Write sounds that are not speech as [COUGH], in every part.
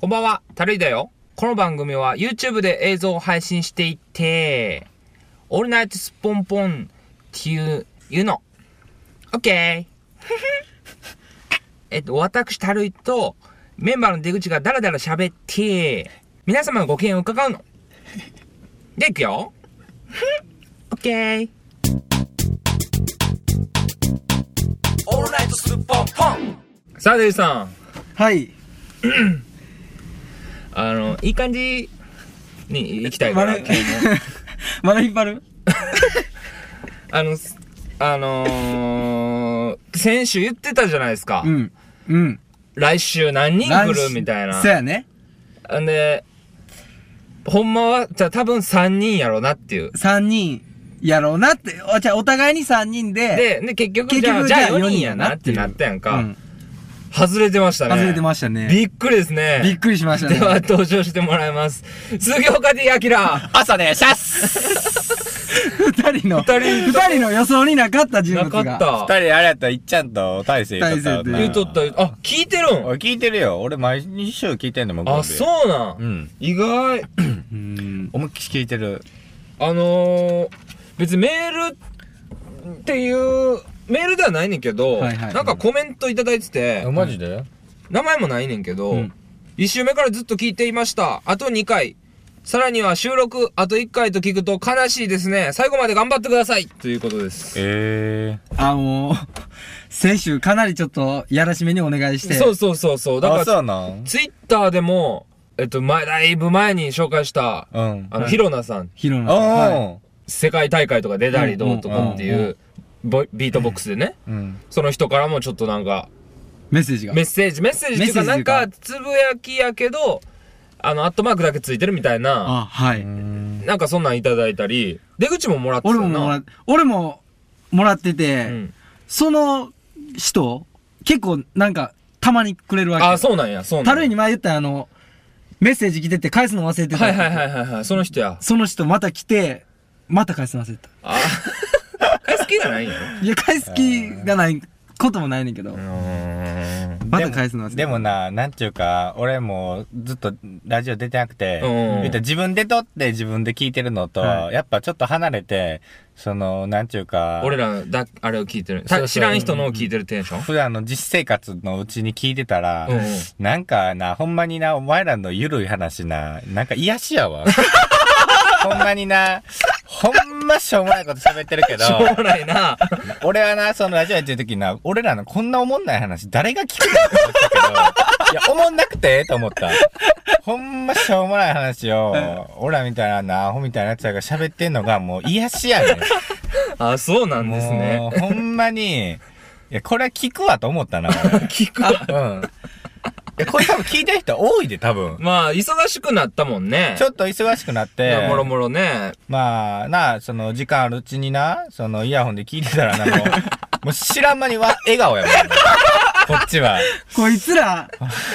こんばんは、たるいだよ。この番組は YouTube で映像を配信していて、オールナイトスッポンポンっていう、いうの。オッケー。 [LAUGHS] えっと、私たるいと、メンバーの出口がダラダラ喋って、皆様のご機嫌を伺うの。で、いくよ。 [LAUGHS] オッケー。オールナイトスッポンポンさあ、デイさん。はい。あの、いい感じに行きたいから、まだ今日も。 [LAUGHS] まだ引っ張るあの、すあのー、先週言ってたじゃないですか。うん。うん。来週何人来来る週みたいなそ。やね。んで、ほんまは、じゃあ多分3人やろうなっていう。 3人やろうなって。おじゃあお互いに3人で。で、で結局結じゃあ、局じゃあじゃあ4人ややななっってていうなったやんか。うん外れてましたね。外れてましたね。びっくりですね。びっくりしましたではね。登場してもらいます。杉岡 D 明。朝でシャス2人の、二人二人の予想になかった人なか物が。った [LAUGHS] 二。人であれやったら、いっちゃんと大勢言うとったわな大勢言うとった。あ、聞いてるん俺聞いてるよ。俺毎日週聞いてんの、向こうで。あ、そうなん、うん。意外。うん。思いっきり聞いてる。あのー、別にメールっていう、メールではないねんけど、はいはいなんかコメントいただいてて、マジで名前もないねんけど、うん1週目からずっと聞いていました。あと2回。さらには収録、あと1回と聞くと悲しいですね。最後まで頑張ってくださいということです。えあのー、先週かなりちょっとやらしめにお願いして。そうそうそうそう。え。だあ、かそら、うなんツイッターでも、えっと、前、だいぶ前に紹介した、うん。あの、はいヒロナさん、ヒロうん。ナさん。は世界大会とか出たりどうとかってうんうんいうう、ボビートボックスでね、うん。その人からもちょっとなんか、いメッセージがメ。ッセージ、メッセージっていうか、メッなセーんジっていうかか、つぶやきやけど、あの、アットマークだけついてるみたいな、あ、はうい。ん。なんかそんなんいただいたり、出口ももらってた俺よもな。もら、俺ももらってうて、ん。その人、結構なんか、たまにくれるわけ。あ、そうなんや、そうなんや。たるいに前言ったよあの、メッセージ来てて返すの忘れてた。はいはいはいはいはい、その人や。その人また来て、また返すの忘れてた。あ、 [LAUGHS] え好きじゃないんやろ。いや、返す気がないこともないねんけど。また返すの忘れたでもな、なんていうか、俺もずっとラジオ出てなくて、うん言ったら自分で撮って自分で聞いてるのと、はやっぱちょっと離れて、その、なんていうか、俺らだ、あれを聞いてる。そうそたう知らん人のを聞いてるテンション。普段の実生活のうちに聞いてたら、うんうんなんかな、ほんまにな、お前らのゆるい話な、なんか癒しやわ。 [LAUGHS] ほんまにな、ほんましょうもないこと喋ってるけど、しょうもないな。俺はな、そのラジオやってる時な、俺らのこんなおもんない話、誰が聞くのって思った [LAUGHS] けど、いや、おもんなくてええと思った。ほんましょうもない話を、俺らみたいな、アホみたいなやつらが喋ってんのが、もう癒しやねん。あ、そうなんですもね。う、ほんまに、いや、これは聞くわと思ったな、俺 [LAUGHS] 聞くわ。うん。いや、これ多分聞いてる人多いで、多分。まあ、忙しくなったもんね。ちょっと忙しくなって、もろもろね。まあ、なあ、その、時間あるうちにな、その、イヤホンで聞いてたらな、 [LAUGHS] もう、もう知らん間にわ、笑顔やもん。こっちは。こいつら、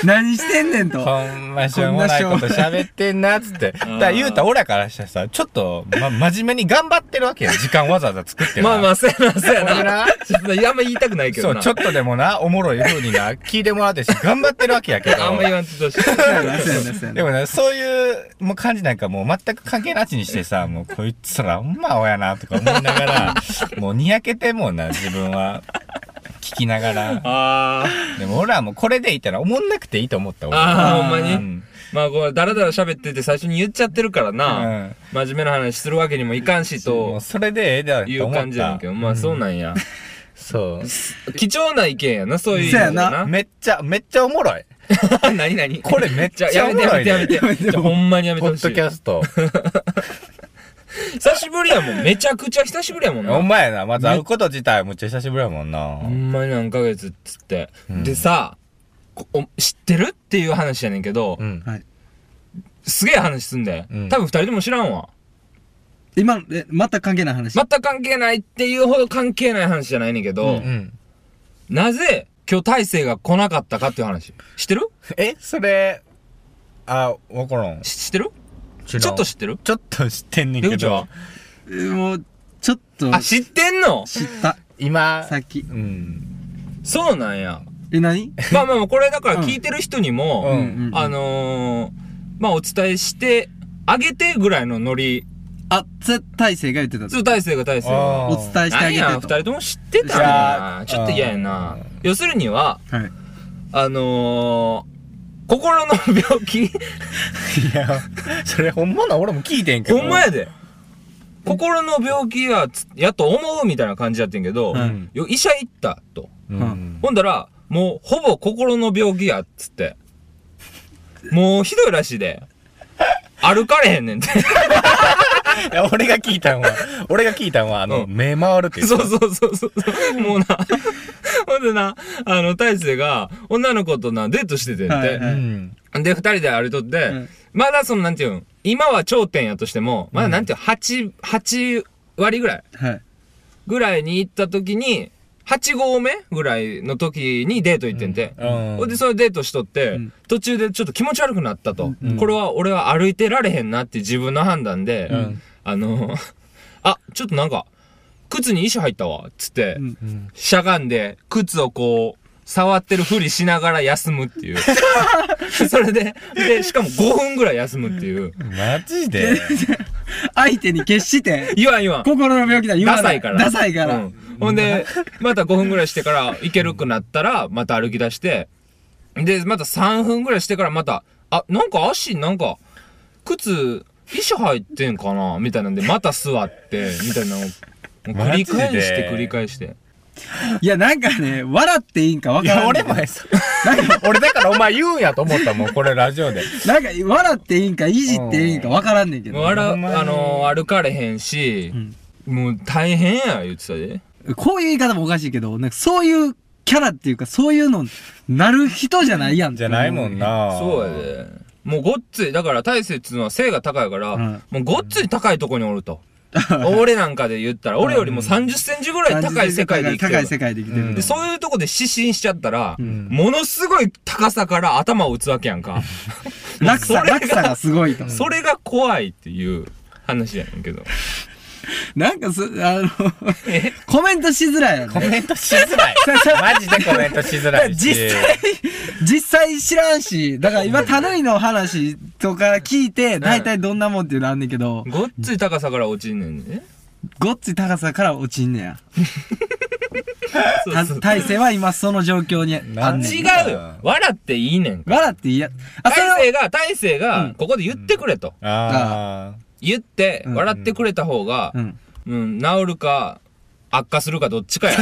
何してん [LAUGHS] ねんと。ほんましょうもないこと喋ってんな、つって。だから言うたら俺らからしたらさ、ちょっと、ま、真面目に頑張ってるわけよ。時間わざわざ作ってなまあまあ、そうやな、そうや俺な。な、ちょっとあんま言いたくないけそどう、な。ちょっとでもな、おもろい風にな、聞いてもらってし、頑張ってるわけやけど。あんま言わんとして。そうやな、そうやな、そうや [LAUGHS] でな。もね、そういう、もう感じなんかもう全く関係なしにして [LAUGHS] さ、もうこいつら、ほんま青やな、とか思いながら、もうにやけてんもんな、自分は。聞きながら。あでも俺はもうこれでいたら、おもんなくていいと思った、あ、俺ああ、ほんまうに。ん。まあ、これ、だらだら喋ってて最初に言っちゃってるからな。うん真面目な話するわけにもいかんし、もとうそれでええだ、とい思うった。感じやねんけど、まあ、そうなんや。そう。貴重な意見やな、そういう。そうやな。めっちゃ、めっちゃおもろい。なになにこれめっちゃやめてやめてやめて。おもろいねじゃあほんまにやめてポほッしドいキ。ャス [LAUGHS] ト。久しぶりやもん。めちゃくちゃ久しぶりやもんな。お前やな、まず会うこと自体むっちゃ久しぶりやもんな。ほんまに何ヶ月っつって。うんでさ、こお知ってるっていう話やねんけどう、ん。はい。すげえ話すんで。うん多分二人とも知らんわ。今の、え、全く関係ない話。全く関係ないっていうほど関係ない話じゃないねんけど、うん。なぜ今日大勢が来なかったかっていう話。知ってるえ、それ、あ、わからん。し知ってるちちょっと知ってるちょっと知ってんねん出け口はど。えもう、ちょっと、あ、知ってんの知った。今、さっきう。ん。そうなんや。え、何まあまあまあ、これだから聞いてる人にうも、んうんあのー、まあお伝えして、あげてぐらいのノリ、あ、絶対性が言ってたんですそう、大勢が大勢が。お伝えしてあ何げや、て二と。人とも知ってたんいだやな。ちょっと嫌やな。要するには、はい。あのー、心の病気いや、それほんまな俺も聞いてんけど。ほんまやで。心の病気やつ、やと思うみたいな感じやってんけど、うんよ医者行った、と。うん。ほんだら、もうほぼ心の病気や、っつって。もうひどいらしいで。歩かれへんねんて。 [LAUGHS] いや、俺が聞いたんは、俺が聞いたんは、あの、う目回るって言ってそたうそうそうそう。もうな、ほんでな、あの、大勢が女の子とな、デートしててんて。はいはうん。で、二人で歩いとって、んまだその、なんていうん、今は頂点やとしても、まだなんていうん、8、8割ぐらいはい。ぐらいに行った時に、8合目ぐらいの時にデート行ってんて。うんほんで、それデートしとって、ん途中でちょっと気持ち悪くなったと。んこれは俺は歩いてられへんなって自分の判断で、んあの、あ、ちょっとなんか、靴に石入ったわ、つって、うんんしゃがんで、靴をこう、触ってるふりしながら休むっていう。それで、で、しかも5分ぐらい休むっていう。マジで相手に [LAUGHS] 決して、言わん言わん。心の病気だ、言わダなサいから。ダサいかうらん。ほんで、また5分ぐらいしてから、行けるくなったら、また歩き出して、で、また3分ぐらいしてから、また、あ、なんか足、なんか、靴、石入ってんかなみたいなんで、また座って、みたいなのを、もう繰り返してマジで繰り返して。いや、なんかね、笑っていいんかわいからんや、ね。俺もさ、 [LAUGHS] 俺だからお前言うんやと思ったもん、これラジオで。なんか、笑っていいんか、いじっていいんかわからんねんけもうど。笑ほんまう、にあのー歩かれへんし、もう大変や、言ってたで。こういう言い方もおかしいけど、なんかそういうキャラっていうか、そういうの、なる人じゃないやん。じゃないもん。なそうやで。もうごっつい、だから大勢っつうのは背が高いから、うんもうごっつい高いとこにおると。俺なんかで言った [LAUGHS] ら、俺よりも30センチぐらい高い世界で生きてる。高い世界で生きてる。で、そういうとこで失神しちゃったら、んものすごい高さから頭を打つわけやんか。落差、それが落差がすごいと。それが怖いっていう話やねんけど。なんかす、あの、 [LAUGHS] えコメントしづらいよコね。メントしづ [LAUGHS] らい。マジでコメントしづらいし。実際、実際知らんし、だから今、たるいの話とか聞いて、大体どんなもんっていうのあんねんけど、ごっつい高さから落ちんねんね。ごっつい高さから落ちんねや。そうたそう大勢は今その状況にあんねん。違うようん。笑っていいねん。笑っていいや。あ、それを大勢が、大勢が、ここで言ってくれと。あ言って、うん笑ってくれた方が、うん。うん、治るか、悪化するかどっちかや。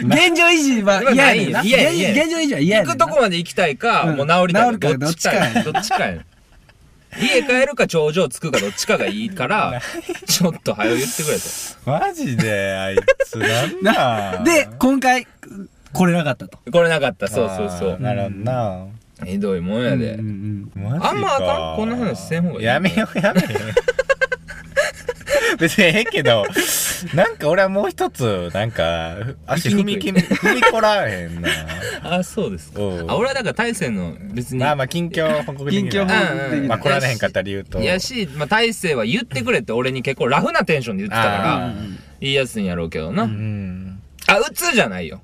現状維持は嫌やねん今なな。い嫌や嫌や現現状維持は嫌や行ねくんとな。こまで行きたいか、うんもう治りたい治るかどっちかや。どっちかや。家帰るか頂上着くかどっちかがいいから、ちょっと早う言ってくれと。あ。マジで、あいつなんだ。で、今回、これなかったと。これなかった、そうそうそあーう。なるほどな。ひどいもんやでうんう。んマジあんまあかんこんな話せんほうがいいやめようや [LAUGHS] めよう別にええけどなんか俺はもう一つなんか足踏み行きき [LAUGHS] 踏みこらへんなあ、そうですか。うんあ、俺はだから大勢の別にま。あまあ近況報告的に近況報は告的うんにまあ来られへんかった理由といやし、まあ、大勢は言ってくれって俺に結構ラフなテンションで言ってたから、あーいいやつにやろうけどな。うんあ、うつじゃないよ。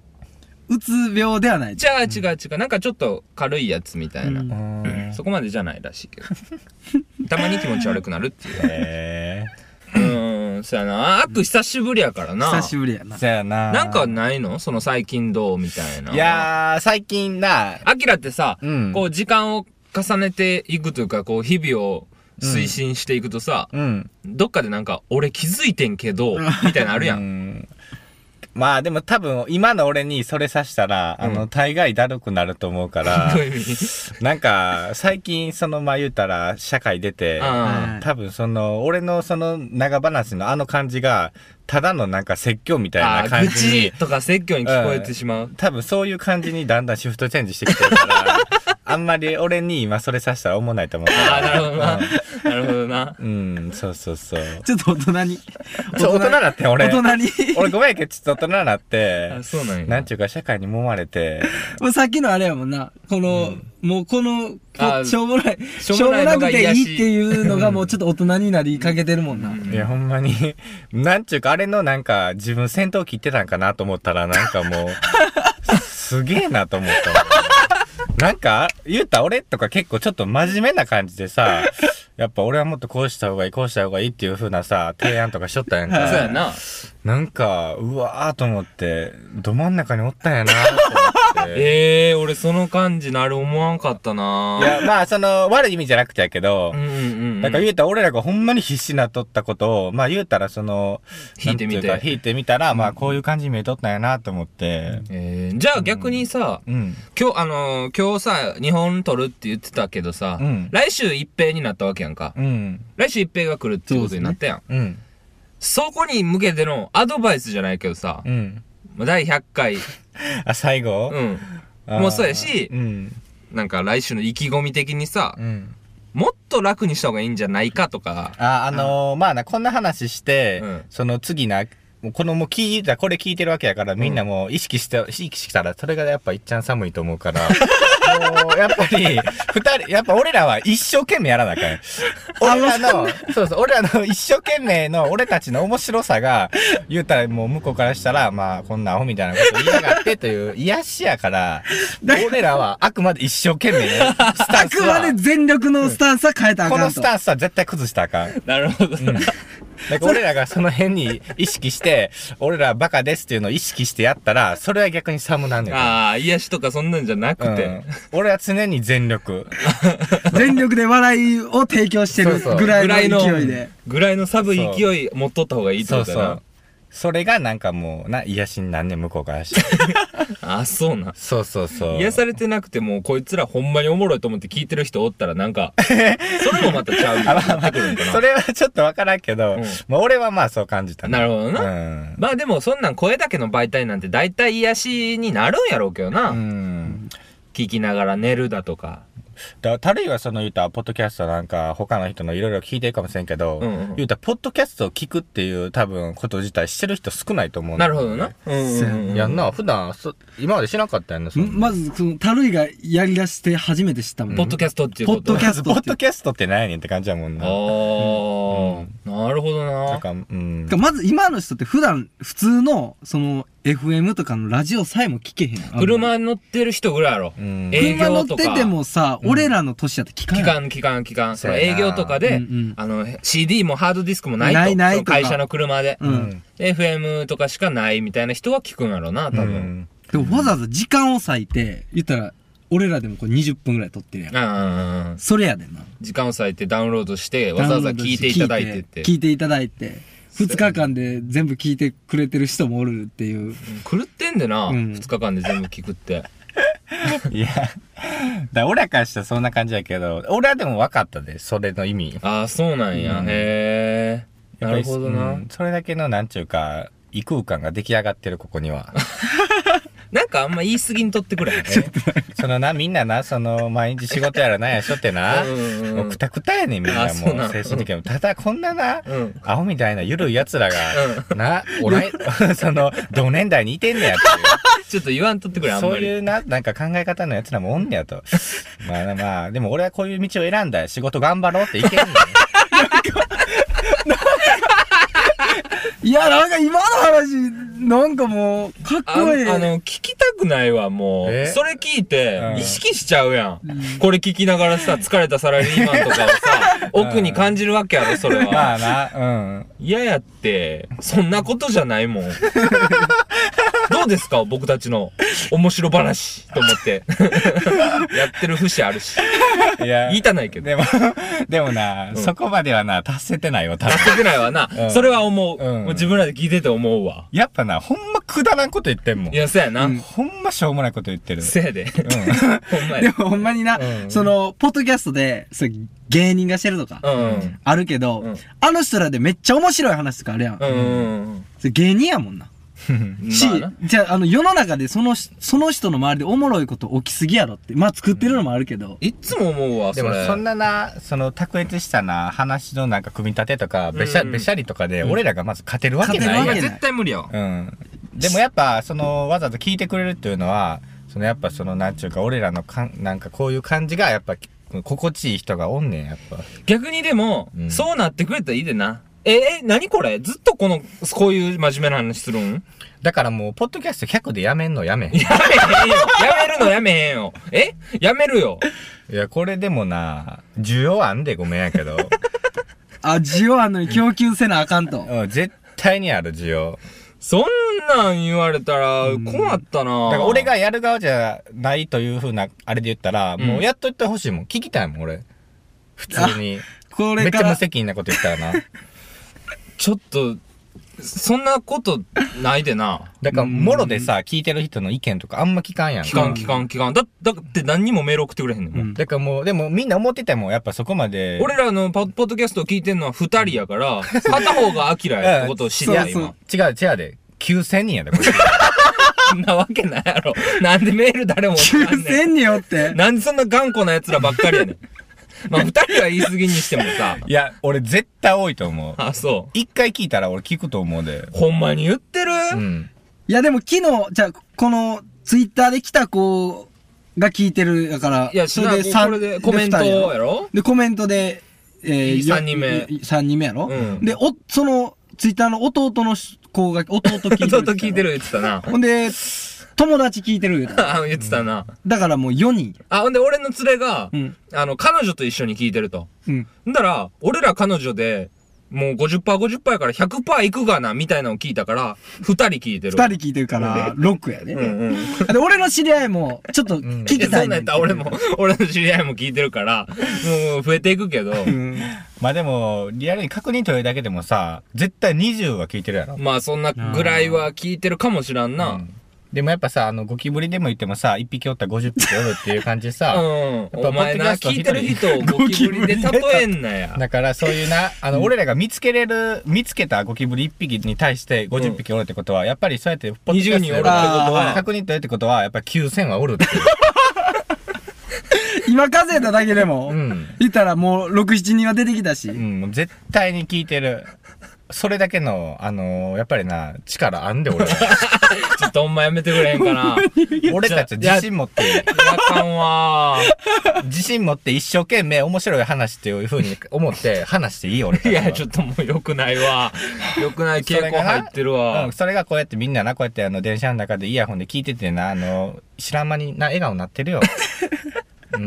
うつ病ではない。違う違う違う。なんかちょっと軽いやつみたいな。うんうんそこまでじゃないらしいけど。 [LAUGHS] たまに気持ち悪くなる [LAUGHS] っていう。えうーん、そやな。アック久しぶりやからな。久しぶりやなー。そやななんかないのその最近どうみたいな。いやー最近なアキラってさ、うんこう時間を重ねていくというか、こう日々を推進していくとさ、うんどっかでなんか、俺気づいてんけど、みたいなのあるや。うんんまあでも多分今の俺にそれさしたら、あうの大概だるくなると思うか [LAUGHS] [LAUGHS] らどういう意 [LAUGHS] 味なんか、最近、その、まあ言うたら、社会出て、あ多分その、俺のその長話のあの感じが、ただのなんか説教みたいあなー、感愚じに痴、とか説教に聞こえてしまう。多分そういう感じにだんだんシフトチェンジしてきてる [LAUGHS] から、あんまり俺に今それさしたら思わないと思うかああ、ら。なるほどな。なるほどな。うん、そうそうそう。ちょっと大人に。ちょ大人になってん、俺。大人に。俺ごめんやけど、ちょっと大人になってあ、そうなんや。なんちゅうか社会に揉まれて、もうさっきのあれやもんな。この、もうこのあ、しょうもない、しょしょううもなもいなのくがてい癒しいっていうのがもうちょっと大人になりかけてるもんな。いや、ほんまに、 [LAUGHS] [LAUGHS] なんちゅうか、あれのなんか、自分戦闘機行ってたんかなと思ったら、なんかもう、すげえなと思ったわ。なんか、言うたら俺とか結構ちょっと真面目な感じでさ、やっぱ俺はもっとこうした方がいい、こうした方がいいっていう風なさ、提案とかしとったやんそうやか。な。なんか、うわーと思って、ど真ん中におったんやなと思って。 [LAUGHS] ええー、俺その感じなる思わんかったないや、まあ、その、悪い意味じゃなくてやけどう、んうんうん。だから言うたら俺らがほんまに必死なっとったことを、まあ言うたらその、弾いてみてなんうか弾いてみたら、まあこういう感じに見えとったんやなと思って。えー、じゃあ逆にさ、うん。今日、あのー今日さ、日本撮るって言ってたけどさ、うん来週一平になったわけやんか。うん。来週一平が来るっていうことになったやん。うん。そこに向けてのアドバイスじゃないけどさ、うん。第100回、あ、最後うん。あーもうそうやしうん。なんか来週の意気込み的にさう、ん。もっと楽にした方がいいんじゃないかとか、あ、あのーまあな、こんな話して、うんその次な、もうこのもう聞いた、これ聞いてるわけやから、みんなもう意識して、意識したら、それがやっぱいっちゃん寒いと思うから。もう、やっぱり、二人、やっぱ俺らは一生懸命やらなあかん。俺らの、そうそう、俺らの一生懸命の俺たちの面白さが、言うたらもう向こうからしたら、まあ、こんなアホみたいなこと言いやがってという癒しやから、俺らはあくまで一生懸命ね、スタあンスくはまで全力のスタンスは変えたらあこかのんスと。タンスは絶対崩したらあかん。なるほど。だから俺らがその辺に意識 [LAUGHS] して、俺らバカですっていうのを意識してやったら、それは逆に寒なんねんから。ああ、癒しとかそんなんじゃなくて。うん俺は常に全力。全力で笑いを提供してるぐらぐらいいのの勢いで。、ぐらいの寒い勢い持っとった方がいいってそこうとそだなう。。それがなんかもう、な、癒しになんねん、向こうからして。 [LAUGHS] あ、そうな。そうそうそう。癒されてなくても、こいつらほんまにおもろいと思って聞いてる人おったらなんか、それもまたちゃうよ。なってくるんかそれはちょっとわからんけど、うんまあ俺はまあそう感じたな。なるほどな。うん。まあでもそんなん声だけの媒体なんて大体癒しになるんやろうけどな。うん。聞きながら寝るだとか。だたるいはその言うたらポッドキャストなんか他の人のいろいろ聞いてるかもしれんけど、うんうん言うたらポッドキャストを聞くっていう多分こと自体してる人少ないと思うんだなよるねほどな。うんうんうんやんな、普段、そ今までしなかったよね、そんんなまず、その、たるいがやり出して初めて知ったもん。ポッドキャストっていうこと。ポッドキャストポっッてドキャストって何やねんって感じやもんな。ああ、なるほどな。なんか、うん。まず今の人って普段普通のその FM とかのラジオさえも聞けへん。車乗ってる人ぐらいやろう。んえ営車乗業ってとかてもさ、俺らの年やって聞か期ない。間、期間、期間。そそうのやな営業とかで、うんうんあの、CD もハードディスクもないと。ないないそのとか会社の車で、うん。うんで FM とかしかないみたいな人は聞くんやろな、多多分。分。でもわざわざ時間を割いて、言ったら、俺らでもこれ20分ぐらい撮ってるやんう。んうんうん。それやでな。時間を割いてダウンロードして、わざわざ聞いていただいてって。聞いていただいて。2日間で全部聞いてくれてる人もおるっていう。狂ってんでな、う二ん2日間で全部聞くって。いや、だから俺らからしたらそんな感じやけど、俺はでも分かったで、それの意味。ああ、そうなんや。うんへえ。なるほどな。うんそれだけの、なんちゅうか、異空間が出来上がってる、ここには。なんかあんま言い過ぎにとってくれへん。そのな、みんなな、その、毎日仕事やらなんやしょってな、うんうんもうくたくたやねん、みんあなそもううな、の精神的にも。ただ、こんなな、うんアホみたいなゆるい奴らが、な、おらん、 [LAUGHS] その、同年代にいてんねやってちょっと言わんと [LAUGHS] ってくいれ、う。あんそまういり。うな、なんか考え方の奴らもおんねやと。まあまあ、でも俺はこういう道を選んだ。仕事頑張ろうっていけんねん。 [LAUGHS] いや、なんか今の話、なんかもう、かっあこいい。あの、聞きたくないわ、もう。えそれ聞いてう、ん意識しちゃうやん。これ聞きながらさ、疲れたサラリーマンとかをさ、奥に感じるわけやろ、それ [LAUGHS] まあは。な、うん。嫌やって、そんなことじゃない [LAUGHS] もん。どうですか僕たちの面白話と思って。 [LAUGHS] やってる節あるし。いや言いたないけど。でも、 [LAUGHS] でもな、そこまではな、達せてないよ、多分出。せてないわな。うんそれは思う。うんもう自分らで聞いてて思うわ。やっぱな、ほんまくだらんこと言ってんもんい。や、そうやな。ほんましょうもないこと言ってる。せやで。 [LAUGHS] ほんま [LAUGHS] でや。もほんまにな、うんその、ポッドキャストで、それ芸人がしてるとか、うん。あるけど、うんあの人らでめっちゃ面白い話とかあるやん。うんうんそれ芸人やもんな。うん。し、まあなじゃあ、あの、世の中でその、その人の周りでおもろいこと起きすぎやろって。まあ、作ってるのもあるけど。いっつも思うわ、でそもれ。そんなな、その卓越したな、話のなんか組み立てとか、べしゃ、うんべしゃりとかで、俺らがまず勝てるわけ勝てるなわいけなやんい。絶対無理やわ。うん。でもやっぱ、その、わざわざ聞いてくれるっていうのは、そのやっぱその、なんちゅうか、俺らのかん、なんかこういう感じが、やっぱ、心地いい人がおんねん、やっぱ。逆にでもう、んそうなってくれたらいいでな。えー、何これずっとこの、こういう真面目な話するんだからもう、ポッドキャスト100でやめんのやめへん。やめへんよ。やめるのやめへんよ。えやめるよ。いや、これでもな、需要あんでごめんやけど、あ、需要あんのに供給せなあかんと。うん、絶対にある需要。そんなん言われたら困ったな、だから俺がやる側じゃないというふうな、あれで言ったら、んもうやっといてほしいもん。聞きたいもん、俺。普通に。こめれっちかゃ無ら、責任なこと言った [LAUGHS] らな。ちょっと、そんなことないでな。だから、もろでさ、聞いてる人の意見とかあんま聞かんやん。期間期間期間。だ、だって何にもメール送ってくれへんねんもん。うんだからもう、でもみんな思ってたもん、やっぱそこまで。俺らのポポッドキャストを聞いてんのは二人やから、片方がアキラやってことを知り合いそう今。違う、違うで。9000人 [LAUGHS] やで、これ。そんなわけないやろ。なんでメール誰も送らんねん9000によって。なんでそんな頑固な奴らばっかりやねん。まあ、二人は言い過ぎにしてもさ。いや、俺絶対多いと思う。あ、そ一回聞いたら俺聞くと思うで。う。ほんまに言ってる、うん。いやでも昨日、じゃあ、この、ツイッターで来た子が聞いてるやから、いや、しなこさこんれでコメントで二人ややろろで、コメントで、えー、三人目3人目やろうんで、お、その、ツイッターの弟の子が、弟 [LAUGHS] 聞いてる。弟聞いてる。言ってたな。ほんで、友達聞いてる言うた。 [LAUGHS] あ言ってたな。だからもう4人。あ、ほんで俺の連れが、うんあの、彼女と一緒に聞いてると。うん。んだら、俺ら彼女で、もう50%、50%やから100%いくがな、みたいなのを聞いたから、二人聞いてる。 2人聞いてるから、6やで。うんうん。で、俺の知り合いも、ちょっと聞きいやたそいなんうねんやったら俺も、俺の知り合いも聞いてるから、もう増えていくけど、うん。まあでも、リアルに確認取れるだけでもさ、絶対20は聞いてるやろ。まあそんなぐらいは聞いてるかもしらんうな。んでもやっぱさ、あの、ゴキブリでも言ってもさ、1匹おったら50匹おるっていう感じで [LAUGHS] うさ、ん。ぱお前な、ポッド聞キいャストてのる人に人をゴキブリで例えんなや。 [LAUGHS] だからそういうな、あの、俺らが見つけれる、見つけたゴキブリ1匹に対して50匹おるってことは、やっぱりそうやって、ポ20人おるってことあはー、確認取れるってことは、やっぱ9000はおるっ [LAUGHS] ていう。今数えただけでも、うん言ったらもう6、7人は出てきたし。うん、もう絶対に聞いてる。それだけの、あのーやっぱりな、力あんで俺ら。 [LAUGHS] ちょっとほんまやめてくれへんかな。俺たち自信持って、あかんわ自信持って一生懸命面白い話っていう風に思って話していい俺たー。いちはや、ちょっともう良くないわ。良くない傾向入ってるうわん、。それがこうやってみんなな、こうやってあの、電車の中でイヤホンで聞いててな、あのー知らん間にな、笑顔になってるよ。うん。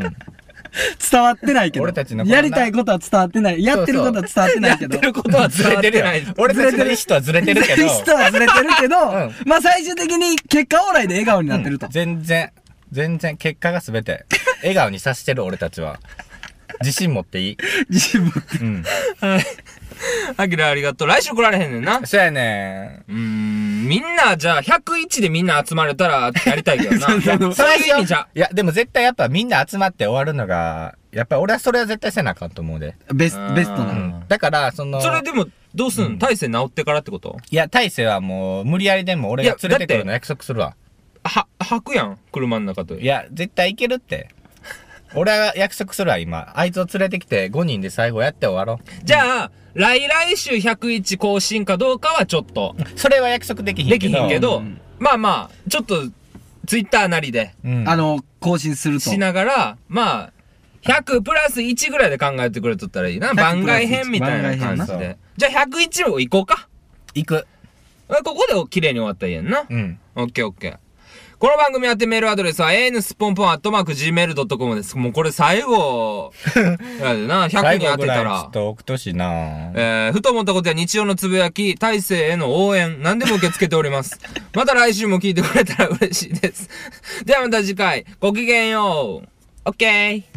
伝わってないけど。俺たちのこのなやりたいことは伝わってない。やってることは伝わってないけやど。ってることはずれてるよ伝わってない。俺たちの意思とはずれてるけど。人はずれてるけど、んまあ最終的に結果オーライで笑顔になってると。全然、全然、結果が全て。笑顔にさしてる俺たちは。自信持っていい。自分。うん。アキラありがとう。来週来られへんねんな。そうやね。うーん、みんな、じゃあ、101でみんな集まれたら、やりたいけどな。そうそうんそういう意味じゃ。いや、でも絶対やっぱみんな集まって終わるのが、やっぱ俺はそれは絶対せなあかんと思うで。ベうスト、んベストうな。ん。だから、その、それでも、どうすんの大勢治ってからってこといや、大勢はもう無理やりでも俺が連れてくるの約束するわ。は、吐くやん。車の中とい。や、絶対いけるって。俺は約束するわ、今。あいつを連れてきて5人で最後やって終わろじゃあ、来来週101更新かどうかはちょっと、う。それは約束できひんけでど。きひんけど、うんまあまあ、ちょっと、ツイッターなりで、うん。あの、更新するとし。ながら、まあ、100プラス1ぐらいで考えてくれとったらいいな。 100番外編みたいな感じ番外編なで。じゃあ101を行こうか。行く。あここで綺麗に終わったらいいやんな。うん。オッケーオッケー。この番組宛てメールアドレスは an スポンポンアットマーク gmail.com です。もうこれ最 [LAUGHS] 後、やでな、100最に後当てぐたらいちょらっ。と送っとしいなえー、ふと思ったことや日曜のつぶやき、大勢への応援、何でも受け付けております。 [LAUGHS] また来週 [LAUGHS] も聞いてくれたら嬉しいです。ではまた次回、ごきげんよう。オッケー。